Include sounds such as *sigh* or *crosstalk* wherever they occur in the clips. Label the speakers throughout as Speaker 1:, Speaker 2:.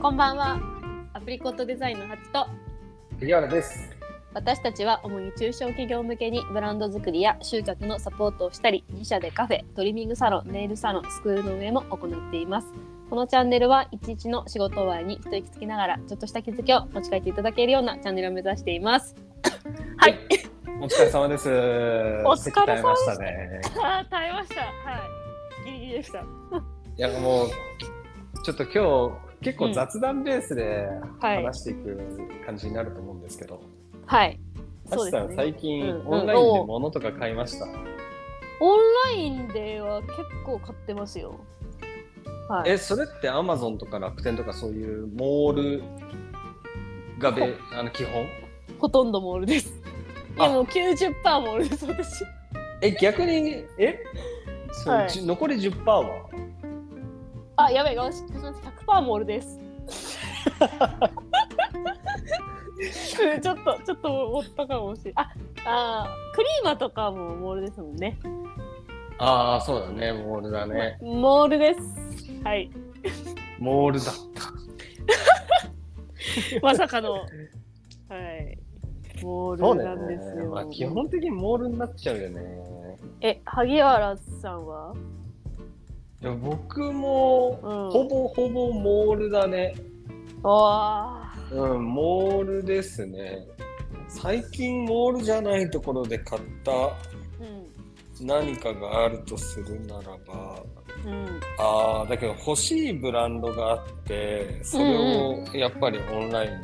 Speaker 1: こんばんは。アプリコットデザインのハチと
Speaker 2: 杉原です。
Speaker 1: 私たちは主に中小企業向けにブランド作りや集客のサポートをしたり自社でカフェトリミングサロンネイルサロンスクールの上も行っていますこのチャンネルは一日の仕事終わりに一息つきながらちょっとした気づきを持ち帰っていただけるようなチャンネルを目指していますはい
Speaker 2: お疲れ様です。お
Speaker 1: 疲れ様でした
Speaker 2: ましたね。
Speaker 1: あー耐えましたはいギリギリでした
Speaker 2: いやもうちょっと今日結構雑談ベースで
Speaker 1: はい
Speaker 2: 話していく感じになると思うんですけど、
Speaker 1: はい
Speaker 2: ハ
Speaker 1: そう
Speaker 2: チ
Speaker 1: で
Speaker 2: さ
Speaker 1: す
Speaker 2: ん
Speaker 1: ね
Speaker 2: 最近
Speaker 1: うん
Speaker 2: オンラインで物とか買いました。
Speaker 1: オンラインでは結構買ってますよはい
Speaker 2: えそれってアマゾンとか楽天とかそういうモールがべあの基本？
Speaker 1: ほとんどモールです。い
Speaker 2: あ
Speaker 1: やもう90%モールです私。
Speaker 2: え逆にえそう、
Speaker 1: はい
Speaker 2: じ残り10%は？
Speaker 1: あやべえ私私100%モールです。 *laughs* ちょっとちょっと持ったかもしれない。ああークリーマとかもモールですもんね。
Speaker 2: ああそうだねモールだね
Speaker 1: モールです。はい。
Speaker 2: モールだ。
Speaker 1: まさかのはいモ
Speaker 2: そ
Speaker 1: ー
Speaker 2: う
Speaker 1: ル
Speaker 2: だ
Speaker 1: な
Speaker 2: よ
Speaker 1: ん
Speaker 2: ね
Speaker 1: ですよ。
Speaker 2: まあ、基本的にモールになっちゃうよね。
Speaker 1: え萩原さんは？
Speaker 2: いや僕も、
Speaker 1: うん
Speaker 2: ほぼほぼモールだね。
Speaker 1: ああ
Speaker 2: うん、モールですね。最近モールじゃないところで買った
Speaker 1: うん
Speaker 2: 何かがあるとするならば、
Speaker 1: うん
Speaker 2: ああ、だけど欲しいブランドがあって、それをやっぱりオンライン、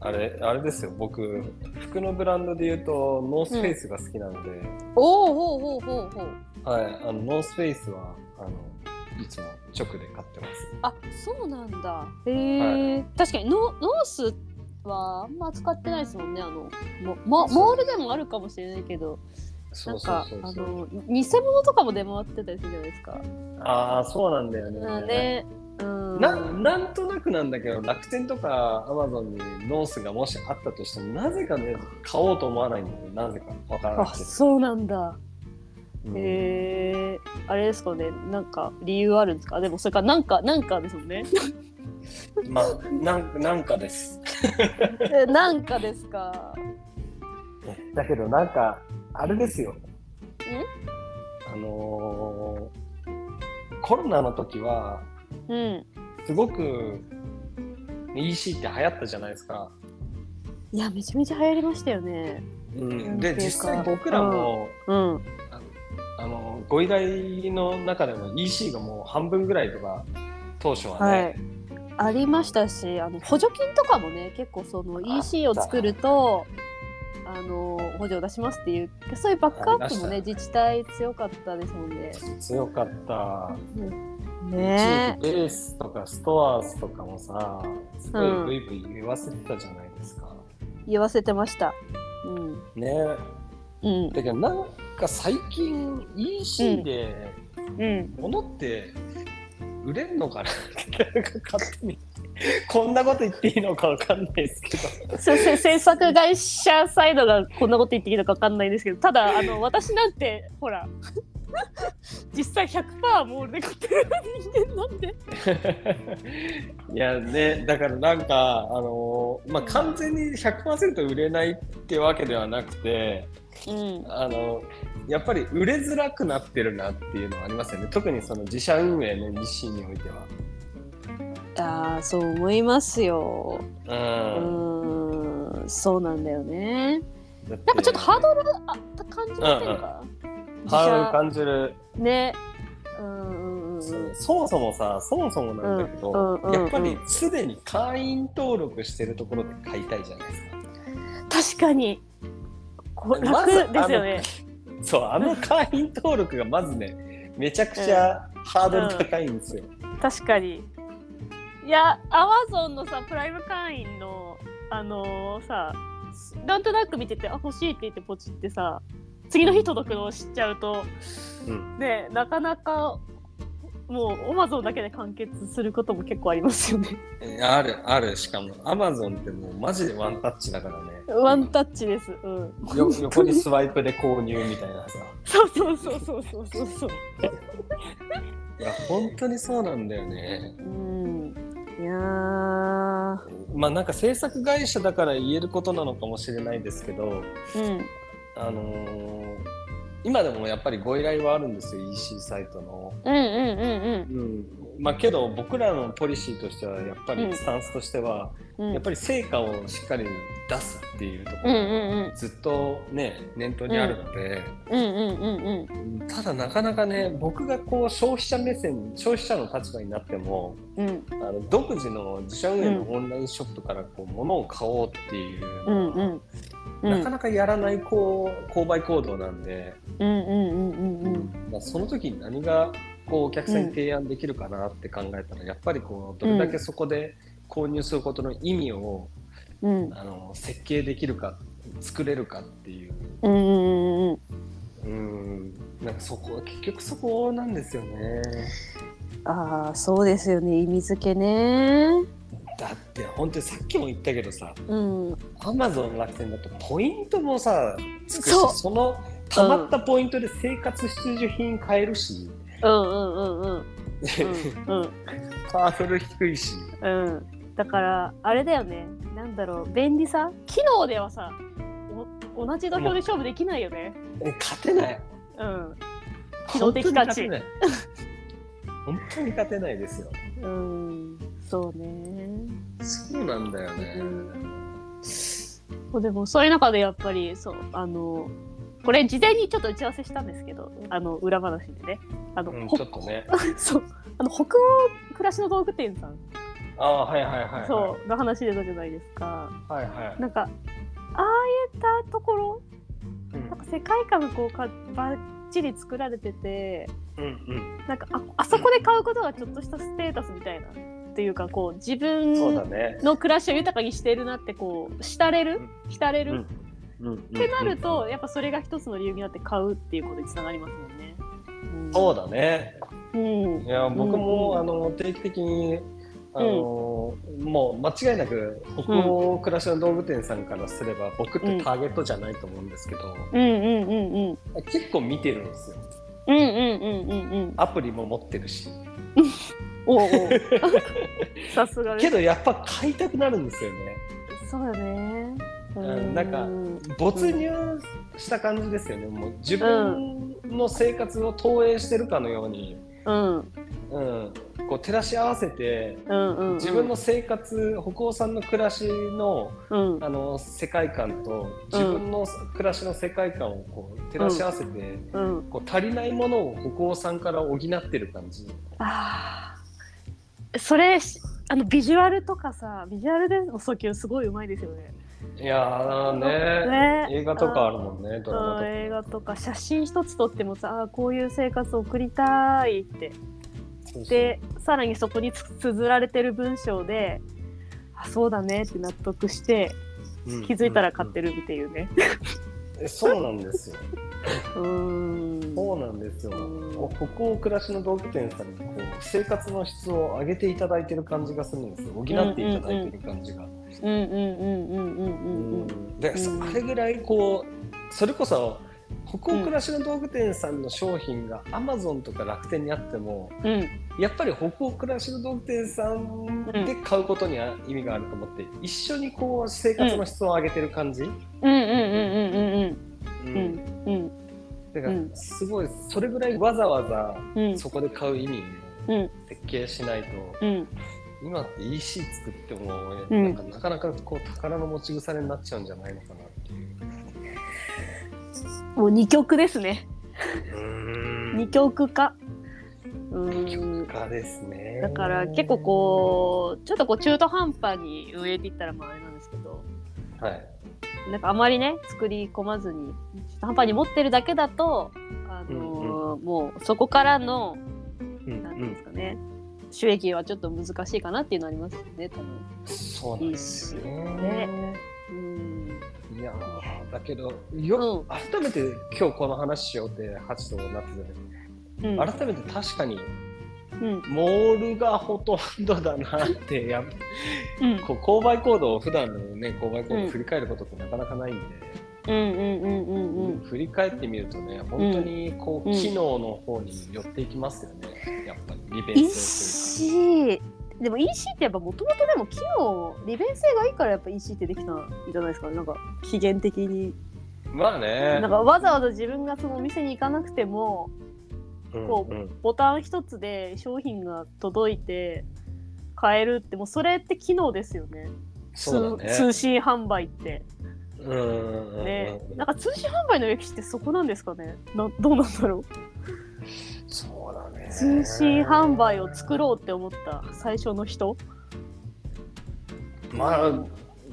Speaker 2: あれ、あれですよ、僕、服のブランドで言うと、ノースフェイスが好きなので、
Speaker 1: おおほうほうほうほう。
Speaker 2: はい、あのノースフェイスはあのいつも直で買ってます。
Speaker 1: あそうなんだへえ、確かにノノースはあんま使ってないですもんねあのももモールでもあるかもしれないけどな
Speaker 2: そ
Speaker 1: ん
Speaker 2: うそう
Speaker 1: か
Speaker 2: そう
Speaker 1: あ
Speaker 2: そう。
Speaker 1: のに偽物とかも出回ってたりするじゃないですか。
Speaker 2: ああー、そうなんだよね。
Speaker 1: うんねうん、
Speaker 2: ななんとなくなんだけど楽天とかアマゾンにノースがもしあったとしてもなぜかね買おうと思わないんだよねなぜかわからな
Speaker 1: あ
Speaker 2: くて、
Speaker 1: そうなんだ
Speaker 2: うん
Speaker 1: へえあれですかねなんか理由あるんですかでもそれかなんかなんかですも
Speaker 2: *laughs*
Speaker 1: んね
Speaker 2: まあなんなんかです
Speaker 1: えなんかですか
Speaker 2: だけどなんかあれですよあのーコロナの時は
Speaker 1: うん
Speaker 2: すごく EC って流行ったじゃないですか、
Speaker 1: いやめちゃめちゃ流行りましたよね
Speaker 2: うん、で
Speaker 1: っていう
Speaker 2: 実
Speaker 1: か
Speaker 2: 際僕らも、
Speaker 1: うん
Speaker 2: あのご依頼の中でも EC がもう半分ぐらいとか当初は
Speaker 1: は
Speaker 2: ね、
Speaker 1: い、ありましたしあの補助金とかもね結構その
Speaker 2: あった
Speaker 1: EC を作るとあの補助を出しますっていうそういうバックアップも
Speaker 2: あ
Speaker 1: ね
Speaker 2: りましたね
Speaker 1: 自治体強かったですもんね。
Speaker 2: 強かった、
Speaker 1: ね
Speaker 2: 一時ベースとかストアーズとかもさすご
Speaker 1: うん
Speaker 2: いブイブイ言わせてたじゃないですか、
Speaker 1: 言わせてました。うん
Speaker 2: ね
Speaker 1: うん
Speaker 2: だけどなんか最近 EC で
Speaker 1: うん、
Speaker 2: 物って売れんのかなって、なんか勝手にこんなこと言っていいのかわかんないですけど
Speaker 1: せせ制作会社サイドがこんなこと言ってきたか分かんないですけどただあの私なんてほら *laughs* 実際100%モールで買ってる人間なんで。
Speaker 2: いやね、だからなんか、あのーまあ、完全に100%売れないってわけではなくて、
Speaker 1: うん
Speaker 2: あのやっぱり売れづらくなってるなっていうのはありますよね特にその自社運営の日誌において
Speaker 1: ああそう思いますよ。う
Speaker 2: は。
Speaker 1: ーんそうなんだよね。
Speaker 2: うん、なん
Speaker 1: なんかちょっとハードルあ感じませんか、自社
Speaker 2: ハードル感じる、
Speaker 1: ね。うんうんうんうん。
Speaker 2: そもそもさそもそもなんだけど、
Speaker 1: うんうんうんうん
Speaker 2: やっぱりすでに会員登録してるところで買いたいじゃないです
Speaker 1: 確
Speaker 2: か。
Speaker 1: かに。こう
Speaker 2: ま
Speaker 1: 楽
Speaker 2: ず
Speaker 1: ですよね。
Speaker 2: そう、あの会員登録がまずね、めちゃくちゃハードル高いんですよ。
Speaker 1: 確かに。いや、アマゾンのさ、プライム会員の、あのーさ、なんとなく見てて、あ、欲しいって言ってポチってさ、次の日届くのを知っちゃうと、
Speaker 2: うん
Speaker 1: ね、なかなか、もう、アマゾンだけで完結することも結構ありますよね。
Speaker 2: えあるあるしかもアマゾンってもうマジでワンタッチだからね
Speaker 1: ワンタッチです。うん。
Speaker 2: よ横にスワイプで購入みたいなさ
Speaker 1: そうそうそうそうそうそうそう。
Speaker 2: いや本当にそうなんだよね
Speaker 1: うん。いやー
Speaker 2: まあなんか制作会社だから言えることなのかもしれないですけど、
Speaker 1: うん
Speaker 2: あのー今でもやっぱりご依頼はあるんですよ EC サイトの。
Speaker 1: うんうんうん
Speaker 2: うんまあ、けど僕らのポリシーとしてはやっぱ
Speaker 1: うん
Speaker 2: りスタンスとしては、
Speaker 1: うんうん
Speaker 2: やっぱり成果をしっかり出すっていうとこ
Speaker 1: うんう
Speaker 2: ろ
Speaker 1: んうん
Speaker 2: ずっとね念頭にあるので、
Speaker 1: うんうんうんうん
Speaker 2: ただなかなかね僕がこう消費者目線消費者の立場になっても
Speaker 1: うん
Speaker 2: あの独自の自社運営のオンラインショップからこう物を買おうっていう
Speaker 1: う
Speaker 2: の
Speaker 1: ん
Speaker 2: は、
Speaker 1: うんうん
Speaker 2: なかなかやらないこう購買行動なんで、
Speaker 1: うんうんうんうんうん
Speaker 2: まあ、その時に何がこうお客さんに提案できるかなって考えたら、やっぱりこうどれだけそこで購入することの意味を、
Speaker 1: うん
Speaker 2: あの設計できるか作れるかっていう
Speaker 1: うんうんうん
Speaker 2: うんなんかそこ結局そこなんですよね
Speaker 1: ああそうですよね意味付けね
Speaker 2: だって本当にさっきも言ったけどさ
Speaker 1: うん
Speaker 2: アマゾン楽天だとポイントもさつくし
Speaker 1: そう
Speaker 2: そのたまったポイントで生活必需品買えるし、
Speaker 1: うんうんうんうん
Speaker 2: *laughs*
Speaker 1: うんうん
Speaker 2: パワフル低いし
Speaker 1: うん、だからあれだよねなんだろう便利さ機能ではさお同じ土俵で勝負できないよね
Speaker 2: え勝てない
Speaker 1: うん機能的価値
Speaker 2: 本当に勝てない本当に勝てないですよ
Speaker 1: うんそうね
Speaker 2: そうなんだよね
Speaker 1: そうでもそういう中でやっぱりそうあのこれ事前にちょっと打ち合わせしたんですけどあの裏話でねあの、
Speaker 2: うん
Speaker 1: ほ
Speaker 2: ちょっとね
Speaker 1: そうあの北欧暮らしの道具店さん、
Speaker 2: ああはいはいはいはい
Speaker 1: そうの話出たじゃないですか
Speaker 2: はいはい
Speaker 1: なんかああいったところ
Speaker 2: うん
Speaker 1: なんか世界観がこうかばっちり作られてて
Speaker 2: うん
Speaker 1: なんかああそこで買うことがちょっとしたステータスみたいなっていうかこう自
Speaker 2: うんそうだ
Speaker 1: 分
Speaker 2: ね
Speaker 1: の暮らしを豊かにしてるなってこう浸れる浸れる、
Speaker 2: うんうんうん
Speaker 1: ってなると、やっぱそれが一つの理由になって買うっていうことにつながりますもんね。うん
Speaker 2: そうだね
Speaker 1: うん
Speaker 2: いや僕も、
Speaker 1: うん
Speaker 2: あの定期的にあの、もう間違いなく北欧暮らしの道具店さんからすれば、僕ってターゲットじゃないと思うんですけど、
Speaker 1: うんうんうんうん
Speaker 2: 結構見てるんですよ
Speaker 1: うんうんうんうんうん
Speaker 2: アプリも持ってるし
Speaker 1: おう
Speaker 2: *laughs*
Speaker 1: おうさすがで
Speaker 2: け
Speaker 1: す
Speaker 2: どやっぱ買いたくなるんですよね
Speaker 1: そうだねう
Speaker 2: なんか没入した感じですよねもう自分の生活を投影してるかのように、
Speaker 1: うん
Speaker 2: うん、こう照らし合わせて
Speaker 1: うんうん
Speaker 2: 自分の生活北欧さんの暮らしの
Speaker 1: うん
Speaker 2: あの世界観と自分の暮らしの世界観をこう照らし合わせて、
Speaker 1: うん
Speaker 2: こう足りないものを北欧さんから補ってる感じ
Speaker 1: あーそれしあのビジュアルとかさビジュアルでの訴求すごいうまいですよね。
Speaker 2: いやーね
Speaker 1: ね
Speaker 2: 映画とかあるもんねドラ
Speaker 1: うん
Speaker 2: マとか
Speaker 1: 映画とか写真一つ撮ってもさあーこういう生活を送りたいって
Speaker 2: そうそう
Speaker 1: でさらにそこにつ綴られてる文章で「あそうだね」って納得して
Speaker 2: うん
Speaker 1: 気づいたら買っ
Speaker 2: る、
Speaker 1: てるっていうね。
Speaker 2: うんえそうなんですよ
Speaker 1: うーん
Speaker 2: そうなんですよ
Speaker 1: うん
Speaker 2: こう北欧暮らしの道具店さんにこう生活の質を上げていただいてる感じがするんですよ補っていただいてる感じが、
Speaker 1: うんうんうんうんうんうんうん
Speaker 2: で、
Speaker 1: うん
Speaker 2: あれぐらいこうそれこそ北欧暮らしの道具店さんの商品が Amazon とか楽天にあっても
Speaker 1: うん
Speaker 2: やっぱり北欧暮らしの道具店さんで買うことには意味があると思って一緒にこう生活の質を上げてる感じ、
Speaker 1: うんうんうんうん
Speaker 2: う
Speaker 1: うんうんうん
Speaker 2: だか
Speaker 1: うん
Speaker 2: らすごいそれぐらいわざわ
Speaker 1: うん
Speaker 2: ざそこで買う意味
Speaker 1: う
Speaker 2: を
Speaker 1: ん
Speaker 2: 設計しないと、
Speaker 1: うん
Speaker 2: 今って EC 作っても、ね
Speaker 1: うん
Speaker 2: なんかなかなかこう宝の持ち腐れになっちゃうんじゃないのかなっていう。
Speaker 1: もう二極ですね二極化。うーん
Speaker 2: がですね。
Speaker 1: だから結構こうちょっとこう中途半端に運営って言ったらまああれなんですけど
Speaker 2: う。はい。
Speaker 1: なんかあまりね作り込まずに中途半端に持ってるだけだと、あのーもうそこからの
Speaker 2: うんう
Speaker 1: なんていうんで
Speaker 2: ん。
Speaker 1: すかね、収益はちょっと難しいかなっていうのありますよね多分。
Speaker 2: そうなんですよね。
Speaker 1: ねうん
Speaker 2: いやーだけどよ、改めて今日この話しようってハチとなってて、
Speaker 1: うん
Speaker 2: 改めて確かに
Speaker 1: うん
Speaker 2: モールがほとんどだなってやっ
Speaker 1: うん
Speaker 2: *laughs* こう購買行動を普段のね購買行動を振り返ることってなかなかないんで。
Speaker 1: うんうんうんうんうん
Speaker 2: 振り返ってみるとね、本当にこう、
Speaker 1: うん
Speaker 2: 機能の方に寄っていきますよね、やっぱり利便性というか。
Speaker 1: 一でも EC ってやっぱもともとでも機能利便性がいいからやっぱ EC ってできたんじゃないですかねなんか期限的に、
Speaker 2: まあね
Speaker 1: なんかわざわざ自分がそのお店に行かなくてもこう
Speaker 2: うんうん
Speaker 1: ボタン一つで商品が届いて買えるってもうそれって機能ですよね
Speaker 2: そうだね
Speaker 1: 通通信販売って
Speaker 2: うんうんうんうん
Speaker 1: ね、なんか通信販売の歴史ってそこなんですかねなどうなんだろう
Speaker 2: そうだね
Speaker 1: 通信販売を作ろうって思った最初の人
Speaker 2: まあ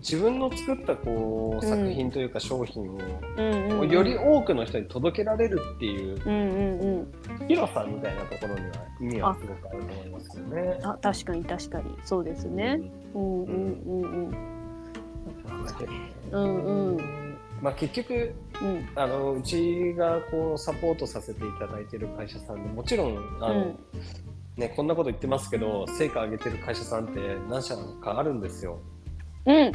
Speaker 2: 自分の作ったこう
Speaker 1: うん
Speaker 2: 作品というか商品を、
Speaker 1: うんうんうん
Speaker 2: より多くの人に届けられるっていう
Speaker 1: うんうんうん
Speaker 2: 広さみたいなところには意味はすごくあると思いますけどね。
Speaker 1: あ確かに確かにそうですねうんうんうんうんうんうん
Speaker 2: まあ、結局
Speaker 1: うん
Speaker 2: あのうちがこうサポートさせていただいてる会社さんでもちろんあの、
Speaker 1: うん
Speaker 2: ね、こんなこと言ってますけど成果上げてる会社さんって何社かあるんですよ。
Speaker 1: うん
Speaker 2: う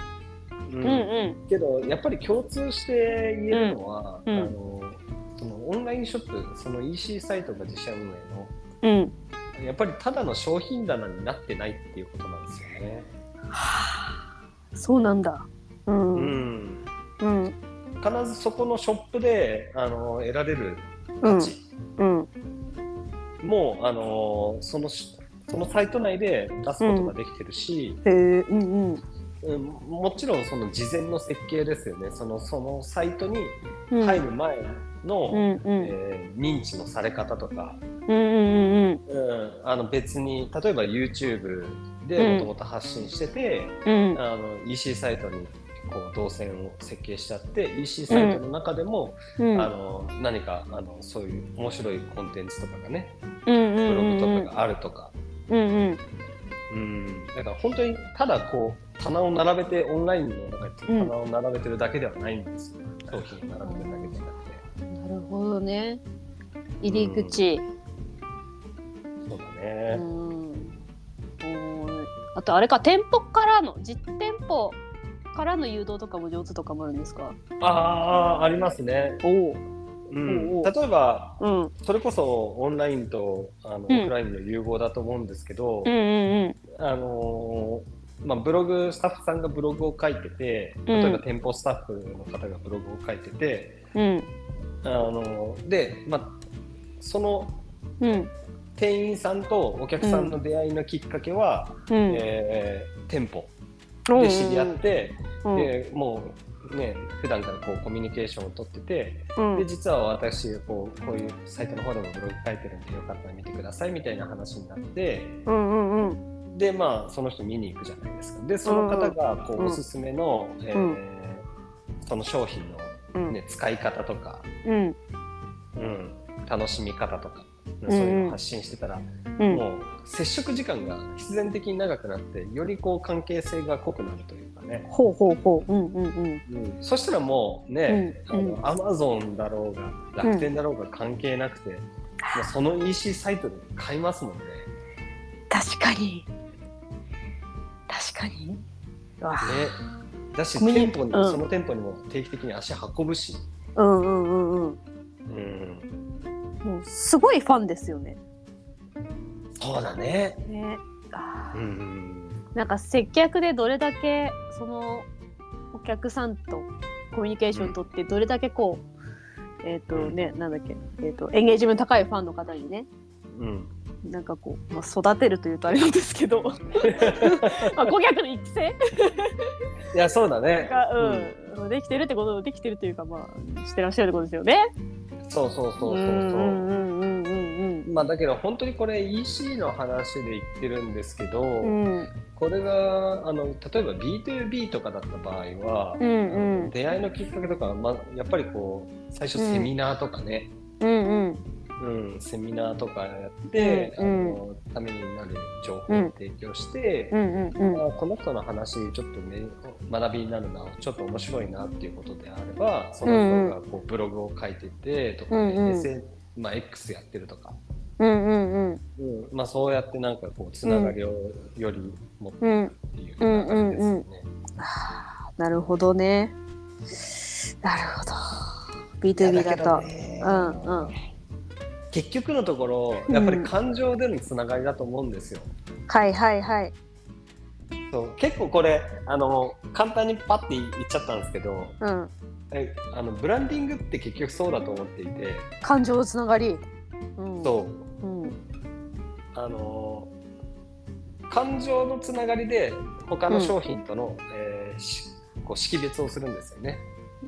Speaker 1: うんうん
Speaker 2: けどやっぱり共通して言えるのは、
Speaker 1: うんうん
Speaker 2: あのそのオンラインショップその EC サイトが自社運営
Speaker 1: うん
Speaker 2: のやっぱりただの商品棚になってないっていうことなんですよね。
Speaker 1: そうなんだうん
Speaker 2: う
Speaker 1: うん
Speaker 2: ん、
Speaker 1: うん
Speaker 2: 必ずそこのショップであの得られる
Speaker 1: う
Speaker 2: 価
Speaker 1: ん
Speaker 2: 値
Speaker 1: うん
Speaker 2: も、あのそのしそのサイト内で出すことができてるし、
Speaker 1: へえうんうん
Speaker 2: うんもちろんその事前の設計ですよねそのそのサイトに
Speaker 1: うん
Speaker 2: 入る前
Speaker 1: う
Speaker 2: の、
Speaker 1: んうん
Speaker 2: えー認知のされ方とか、
Speaker 1: うんうん
Speaker 2: うんあの別に例えば YouTube
Speaker 1: うん
Speaker 2: でもともと発信してて、
Speaker 1: うんうん
Speaker 2: あの EC サイトにこう動線を設計しちゃって EC サイトの中でも、
Speaker 1: うん
Speaker 2: あの何かあのそういう面白いコンテンツとかがね
Speaker 1: うん
Speaker 2: ブ
Speaker 1: う
Speaker 2: ログ
Speaker 1: んう
Speaker 2: と
Speaker 1: ん
Speaker 2: かがあるとか、
Speaker 1: うんうん
Speaker 2: うんだから本当にただこう棚を並べてオンラインの中に
Speaker 1: うん
Speaker 2: 棚を並べてるだけではないんですよ、商品を並べてるだけじゃなくて。
Speaker 1: なるほどね。入り口。
Speaker 2: そうだ
Speaker 1: う
Speaker 2: ね、
Speaker 1: ん。おーあとあれか店舗からの実店舗からの誘導とかも上手とかもあるんですか。
Speaker 2: ああありますね、
Speaker 1: おお。
Speaker 2: うん、
Speaker 1: おう
Speaker 2: 例えば
Speaker 1: うん。うん
Speaker 2: それこそオンラインとあの、
Speaker 1: うん
Speaker 2: オフラインの融合だと思うんですけど、
Speaker 1: うん
Speaker 2: あのーまあ、ブログスタッフさんがブログを書いてて
Speaker 1: うん
Speaker 2: 例えば店舗スタッフの方がブログを書いてて、
Speaker 1: うんうん
Speaker 2: あのーで、まあ、その
Speaker 1: うん
Speaker 2: 店員さんとお客さんの出会いのきっかけは、
Speaker 1: うん。
Speaker 2: えー店舗
Speaker 1: うん
Speaker 2: で知り合って、
Speaker 1: うん
Speaker 2: でもうね普段からこうコミュニケーションをとってて。
Speaker 1: うん
Speaker 2: で実は私こうこういうサイトの方でもブログ書いてるんでよかったら見てくださいみたいな話になって
Speaker 1: うんうんうん
Speaker 2: でまあその人見に行くじゃないですかでその方がこ
Speaker 1: うん
Speaker 2: うおすすめの、えー
Speaker 1: うん
Speaker 2: その商品
Speaker 1: うん
Speaker 2: の、ね、使い方とか、
Speaker 1: うん
Speaker 2: うん、楽しみ方とか、
Speaker 1: ん
Speaker 2: そういうのを発信してたら、
Speaker 1: うん
Speaker 2: もう接触時間が必然的に長くなってよりこう関係性が濃くなるというかね。
Speaker 1: ほうほうほううんうんうん
Speaker 2: そしたらもうね、
Speaker 1: うんうん
Speaker 2: あのアマゾンだろうが楽天だろうが関係なくて、もうその EC サイトで買いますもんね。
Speaker 1: 確かに確かにうわ
Speaker 2: ねだし
Speaker 1: コミュニ
Speaker 2: 店舗に、
Speaker 1: うん
Speaker 2: その店舗にも定期的に足運ぶし、
Speaker 1: うんうんうんうん
Speaker 2: うん、
Speaker 1: もうすごいファンですよね
Speaker 2: そうだね、
Speaker 1: ねあー
Speaker 2: うん、
Speaker 1: なんか接客でどれだけそのお客さんとコミュニケーションとってどれだけこう、えっ、とね、なんだっけ、えっとエンゲージメント高いファンの方にね
Speaker 2: うん、
Speaker 1: なんかこう、まあ、育てるというとあれなんですけどまあ顧客の育成
Speaker 2: いやそうだね、
Speaker 1: が、うんできてるってことできてるというかまあしてらっしゃるってことですよね。
Speaker 2: うんそうそうそうそうそう。
Speaker 1: んうんうんうん
Speaker 2: まあ、だけど本当にこれ EC の話で言ってるんですけど、
Speaker 1: うんうん
Speaker 2: これがあの例えば B2B とかだった場合は、
Speaker 1: うんうん
Speaker 2: 出会いのきっかけとか、まあ、やっぱりこう最初セミナーとかね、
Speaker 1: うんうん
Speaker 2: うんセミナーとかやって、
Speaker 1: うん
Speaker 2: あのためになる情報を提供して
Speaker 1: う、んうんうん
Speaker 2: あこの人の話ちょっとね学びになるなちょっと面白いなっていうことであればその人がこうブログを書いててとか、ね
Speaker 1: うんうん
Speaker 2: SN まあ、X やってるとか、
Speaker 1: うんうんうん
Speaker 2: うんまあ、そうやってなんかこうつながりをより持って
Speaker 1: うん
Speaker 2: っていう感じですよね。
Speaker 1: はあなるほどね。なるほど。B2B だと。
Speaker 2: ね
Speaker 1: うんうん。
Speaker 2: 結局のところやっぱり感情でのつながりだと思うんですよ。
Speaker 1: はいはいはい。
Speaker 2: そう結構これあの簡単にパッて言っちゃったんですけど
Speaker 1: うん。
Speaker 2: えあのブランディングって結局そうだと思っていて、
Speaker 1: 感情のつながり。うん。
Speaker 2: そう
Speaker 1: う。うん。
Speaker 2: あのー感情のつながりで他の商品との、えーしこう識別をするんですよね。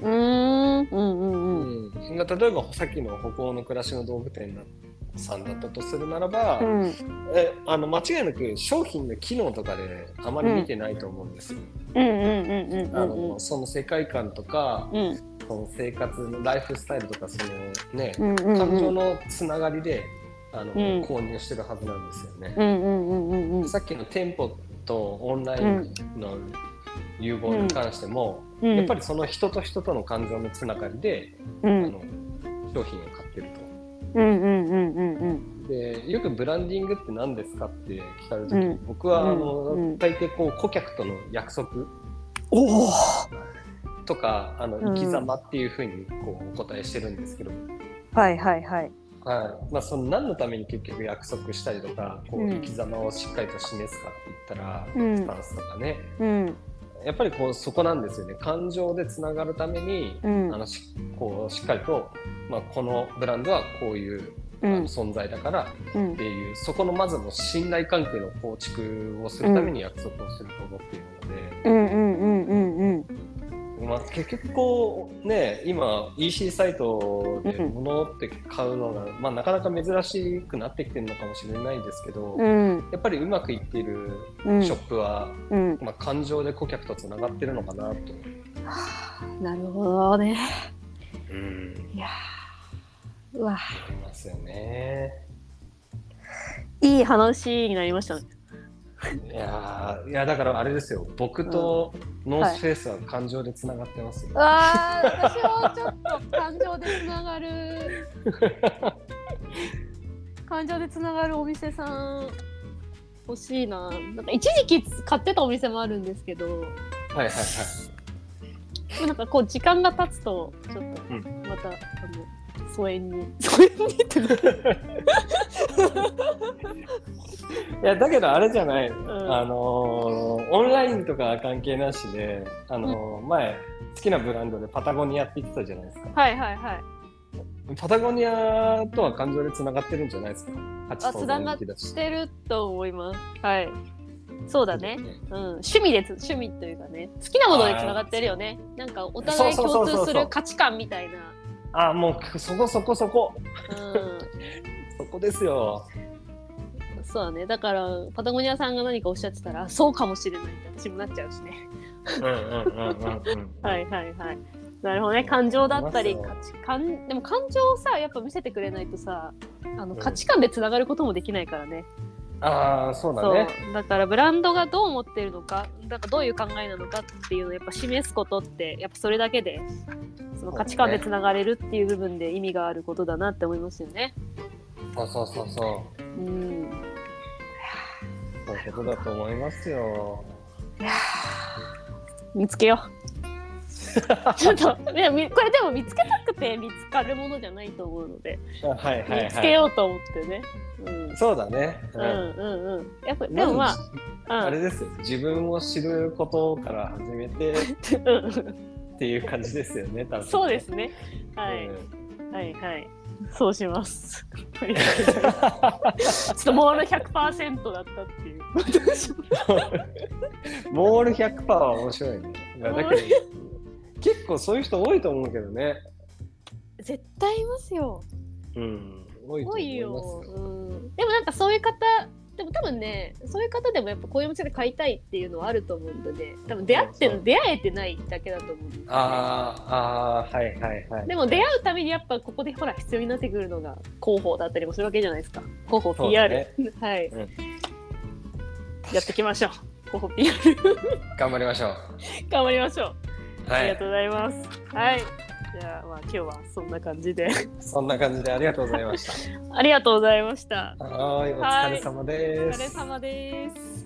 Speaker 1: うーん。うんう
Speaker 2: うん
Speaker 1: うん。
Speaker 2: ん、例えばさっきの歩行の暮らしの道具店さんだったとするならば、
Speaker 1: うん。
Speaker 2: えあの間違いなく商品の機能とかであまり見てないと思うんですよ。
Speaker 1: うんうんうんうん
Speaker 2: あ
Speaker 1: うん
Speaker 2: のその世界観とか
Speaker 1: うん。うん
Speaker 2: その生活のライフスタイルとかそのね
Speaker 1: うんうん
Speaker 2: 感情のつながりであの、
Speaker 1: うん
Speaker 2: 購入してるはずなんですよね。
Speaker 1: うんうんうんうんうん
Speaker 2: さっきの店舗とオンラインの融合に関しても、
Speaker 1: うん
Speaker 2: やっぱりその人と人との感情のつながりで、
Speaker 1: うん
Speaker 2: あの商品を買ってる
Speaker 1: うんうんうんうんうん
Speaker 2: とでよくブランディングって何ですかって聞かれる時、
Speaker 1: うん
Speaker 2: 僕はあの、
Speaker 1: うん
Speaker 2: 大抵こう顧客との約束
Speaker 1: おお
Speaker 2: とかあの
Speaker 1: うん
Speaker 2: 生き様っていうふうにこうお答えしてるんですけど、
Speaker 1: はいはいはい
Speaker 2: はいまあ、その何のために結局約束したりとかこ
Speaker 1: う
Speaker 2: うん生き様をしっかりと示すかって言ったら、
Speaker 1: うん
Speaker 2: スタンスとかね
Speaker 1: うん
Speaker 2: やっぱりこうそこなんですよね感情でつながるために、
Speaker 1: うん
Speaker 2: あのしこうしっかりと、まあ、このブランドはこういう、
Speaker 1: う
Speaker 2: あの
Speaker 1: ん
Speaker 2: 存在だからっ
Speaker 1: うん
Speaker 2: ていうそこのまずの信頼関係の構築をするために約束をすると思っているので、
Speaker 1: うんうんうんうんうん
Speaker 2: まあ、結局こうね今 EC サイトで
Speaker 1: うん
Speaker 2: 物って買うのが、まあ、なかなか珍しくなってきてるのかもしれないんですけど、
Speaker 1: う
Speaker 2: や
Speaker 1: ん
Speaker 2: っぱりうまくいっている
Speaker 1: うん
Speaker 2: ショップは、
Speaker 1: うん
Speaker 2: まあ、感情で顧客とつながってるのかなと。
Speaker 1: なるほどね
Speaker 2: うん
Speaker 1: いやーうわ
Speaker 2: ありますよね。
Speaker 1: いい話になりましたね
Speaker 2: いやーいやだからあれですよ。僕とノースフェイスは感情でつながってますよ。
Speaker 1: うわあ私はちょっと感情でつながる感情でつながるお店さん欲しいななんか一時期買ってたお店もあるんですけど
Speaker 2: はいはいはい。
Speaker 1: なんかこう時間が経つとちょっと
Speaker 2: うん
Speaker 1: また、あの疎遠に疎遠にってなる
Speaker 2: いやだけどあれじゃない。
Speaker 1: ん
Speaker 2: あのーオンラインとかは関係なしで、あのー前好きなブランドでパタゴニアって言ってたじゃないですか。
Speaker 1: はいはいはい
Speaker 2: パタゴニアとは感情でつながってるんじゃないですか。
Speaker 1: あつながっ
Speaker 2: だし。
Speaker 1: してると思いますはいそうだね、うん、趣味です趣味というかね好きなものでつながってるよねなんかお互い
Speaker 2: そうそ
Speaker 1: 共
Speaker 2: うそうそうそう
Speaker 1: 通する価値観みたいな
Speaker 2: あもうそこそこそこ
Speaker 1: うん
Speaker 2: そこですよ。
Speaker 1: そうだね。だから、パタゴニアさんが何かおっしゃってたら、そうかもしれないって私もなっちゃうしね。
Speaker 2: うんうんうんうんうん。
Speaker 1: はいはいはい。なるほどね。感情だったり、
Speaker 2: あり
Speaker 1: 価
Speaker 2: ま
Speaker 1: 値観、でも感情をさ、やっぱ見せてくれないとさ、あの
Speaker 2: うん
Speaker 1: 価値観でつながることもできないからね。
Speaker 2: *laughs* ああそうだ
Speaker 1: そう
Speaker 2: ね。。
Speaker 1: だから、ブランドがどう思ってるのか、だからどういう考えなのかっていうのをやっぱ示すことって、やっぱそれだけで、その価値観でつながれるっていう部分で意味があることだなって思いますよね。
Speaker 2: そうそうそうそう。
Speaker 1: うん。
Speaker 2: そういうことだと思いますよ。
Speaker 1: 見つけよう。 *laughs* ちょっとねみこれでも見つけたくて見つかるものじゃないと思うので、
Speaker 2: はいはいはい。
Speaker 1: 見つけようと思ってね。うん
Speaker 2: そうだね。
Speaker 1: うんうんうん。やっぱ
Speaker 2: う
Speaker 1: でもま
Speaker 2: ず
Speaker 1: あ、
Speaker 2: あ
Speaker 1: う
Speaker 2: れ
Speaker 1: ん
Speaker 2: ですよ。自分を知ることから始めて
Speaker 1: うん
Speaker 2: っていう感じですよね。多分ね
Speaker 1: そうです。ね。はい、
Speaker 2: うん
Speaker 1: はいはい。そうします。 *laughs* とりあえずちょっとモール100%だったっていう。
Speaker 2: *laughs* モール100%は面白いね。いやだけど結構そういう人多いと思うけどね。
Speaker 1: 絶対います
Speaker 2: *laughs*
Speaker 1: よ。
Speaker 2: うん。多いと
Speaker 1: 多
Speaker 2: 思
Speaker 1: い
Speaker 2: いま
Speaker 1: よ、
Speaker 2: すよ。
Speaker 1: うん、でもなんかそういう方でも多分ねそういう方でもやっぱこういうお店で買いたいっていうのはあると思うんでね多分出会って
Speaker 2: そうそう
Speaker 1: 出会えてないだけだと思うんですよね
Speaker 2: あーあーはいはいはい。
Speaker 1: でも出会うためにやっぱここでほら必要になってくるのが広報だったりもするわけじゃないですか広報
Speaker 2: そう
Speaker 1: PR、
Speaker 2: ね
Speaker 1: はい、
Speaker 2: うん
Speaker 1: やっていきましょう広報 PR
Speaker 2: 頑張りましょう。
Speaker 1: 頑張りましょう、
Speaker 2: は
Speaker 1: ありがとう
Speaker 2: い。
Speaker 1: ございますはいじゃあまあ今日はそんな感
Speaker 2: *laughs*
Speaker 1: じで
Speaker 2: そんな感じでありがとうございまし
Speaker 1: ありがとうございました
Speaker 2: た。はーいお疲れ様
Speaker 1: お
Speaker 2: で
Speaker 1: 疲
Speaker 2: す。
Speaker 1: れ様です